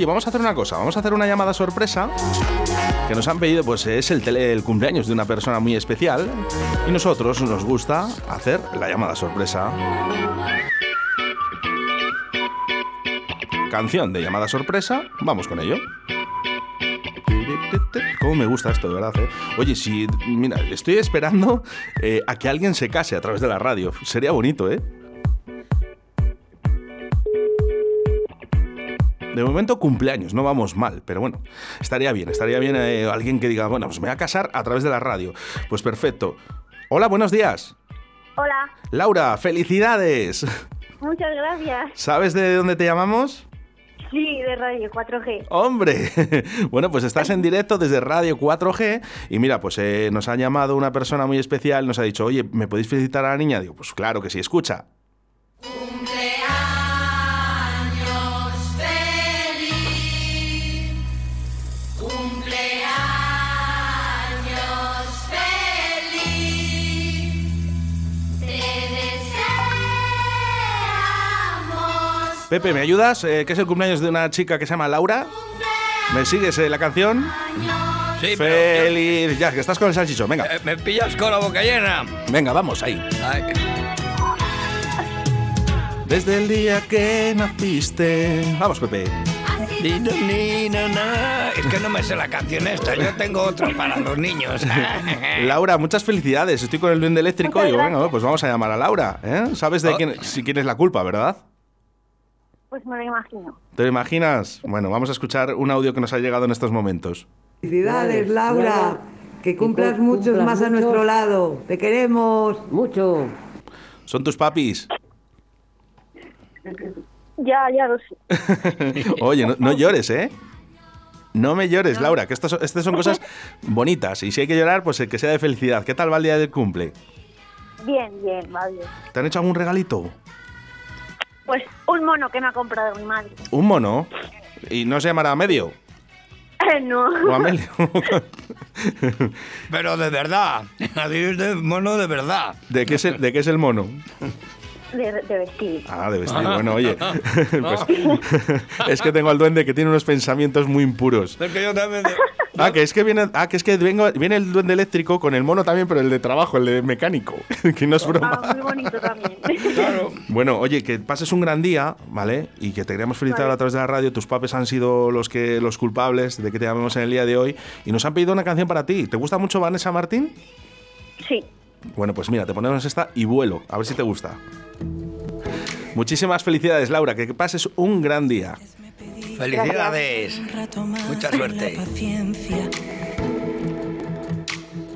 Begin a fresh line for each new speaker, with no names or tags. Y vamos a hacer una cosa, vamos a hacer una llamada sorpresa que nos han pedido, pues es el, tele- el cumpleaños de una persona muy especial y nosotros nos gusta hacer la llamada sorpresa. Canción de llamada sorpresa, vamos con ello. ¿Cómo me gusta esto, de verdad? eh? Oye, si, mira, estoy esperando eh, a que alguien se case a través de la radio. Sería bonito, ¿eh? De momento cumpleaños, no vamos mal, pero bueno, estaría bien, estaría bien eh, alguien que diga, bueno, pues me voy a casar a través de la radio. Pues perfecto. Hola, buenos días.
Hola,
Laura, felicidades.
muchas gracias.
¿Sabes de dónde te llamamos?
Sí, de radio 4G.
Hombre, bueno, pues estás en directo desde Radio 4G y mira, pues eh, nos ha llamado una persona muy especial, nos ha dicho, oye, ¿me podéis felicitar a la niña? Digo, pues claro que sí, escucha.
Cumpleaños feliz, cumpleaños feliz, te deseamos
Pepe, ¿me ayudas? Eh, que es el cumpleaños de una chica que se llama Laura. ¿Me sigues eh, la canción?
Sí, pero yo-
Feliz. Ya, que estás con el salchichón, venga.
eh, me pillas con la boca llena.
Venga, vamos ahí.
Ay,
Desde el día que naciste. Vamos, Pepe.
así
ni, no, ni, no, no. Es que no me sé la canción esta, yo tengo otra para los niños.
Laura, muchas felicidades. Estoy con el duende eléctrico.
Muchas
Digo, venga,
gracias.
pues vamos a llamar a Laura. ¿eh? ¿Sabes de
Oh.
quién, si quién es la culpa, verdad?
Pues me lo imagino.
¿Te lo imaginas? Bueno, vamos a escuchar un audio que nos ha llegado en estos momentos.
Felicidades, Laura. Que cumplas
cu-
muchos
cumplas
más a
muchos.
nuestro lado. Te queremos.
Mucho.
¿Son tus papis?
Ya, ya lo sé.
Oye, no, no llores, ¿eh? No me llores, Laura, que estas son, estas son cosas bonitas. Y si hay que llorar, pues el que sea de felicidad. ¿Qué tal va el día del cumple?
Bien, bien, va bien.
¿Te han hecho algún regalito?
Pues un mono que me ha comprado mi madre.
¿Un mono? ¿Y no se llamará Medio? ¿O
no.
Amelio?
Pero de verdad, adiós de mono de verdad.
¿De qué, es el, ¿De qué es el mono?
De, de vestir.
Ah, de vestir. Bueno, oye, pues, es que tengo al duende que tiene unos pensamientos muy impuros.
Es que yo también... de-
Ah, que es que viene, ah, que es que vengo- viene el duende eléctrico con el mono también, pero el de trabajo, el de mecánico, que no es broma.
Ah, muy bonito también.
Claro.
Bueno, oye, que pases un gran día, ¿vale? Y que te queremos felicitar
Vale.
a través de la radio. Tus papes han sido los que los culpables de que te llamemos en el día de hoy y nos han pedido una canción para ti. ¿Te gusta mucho Vanessa Martín?
sí.
Bueno, pues mira, te ponemos esta y vuelo, a ver si te gusta. Muchísimas felicidades, Laura, que pases un gran día.
Felicidades.
Un rato más
Mucha
de
suerte.
la paciencia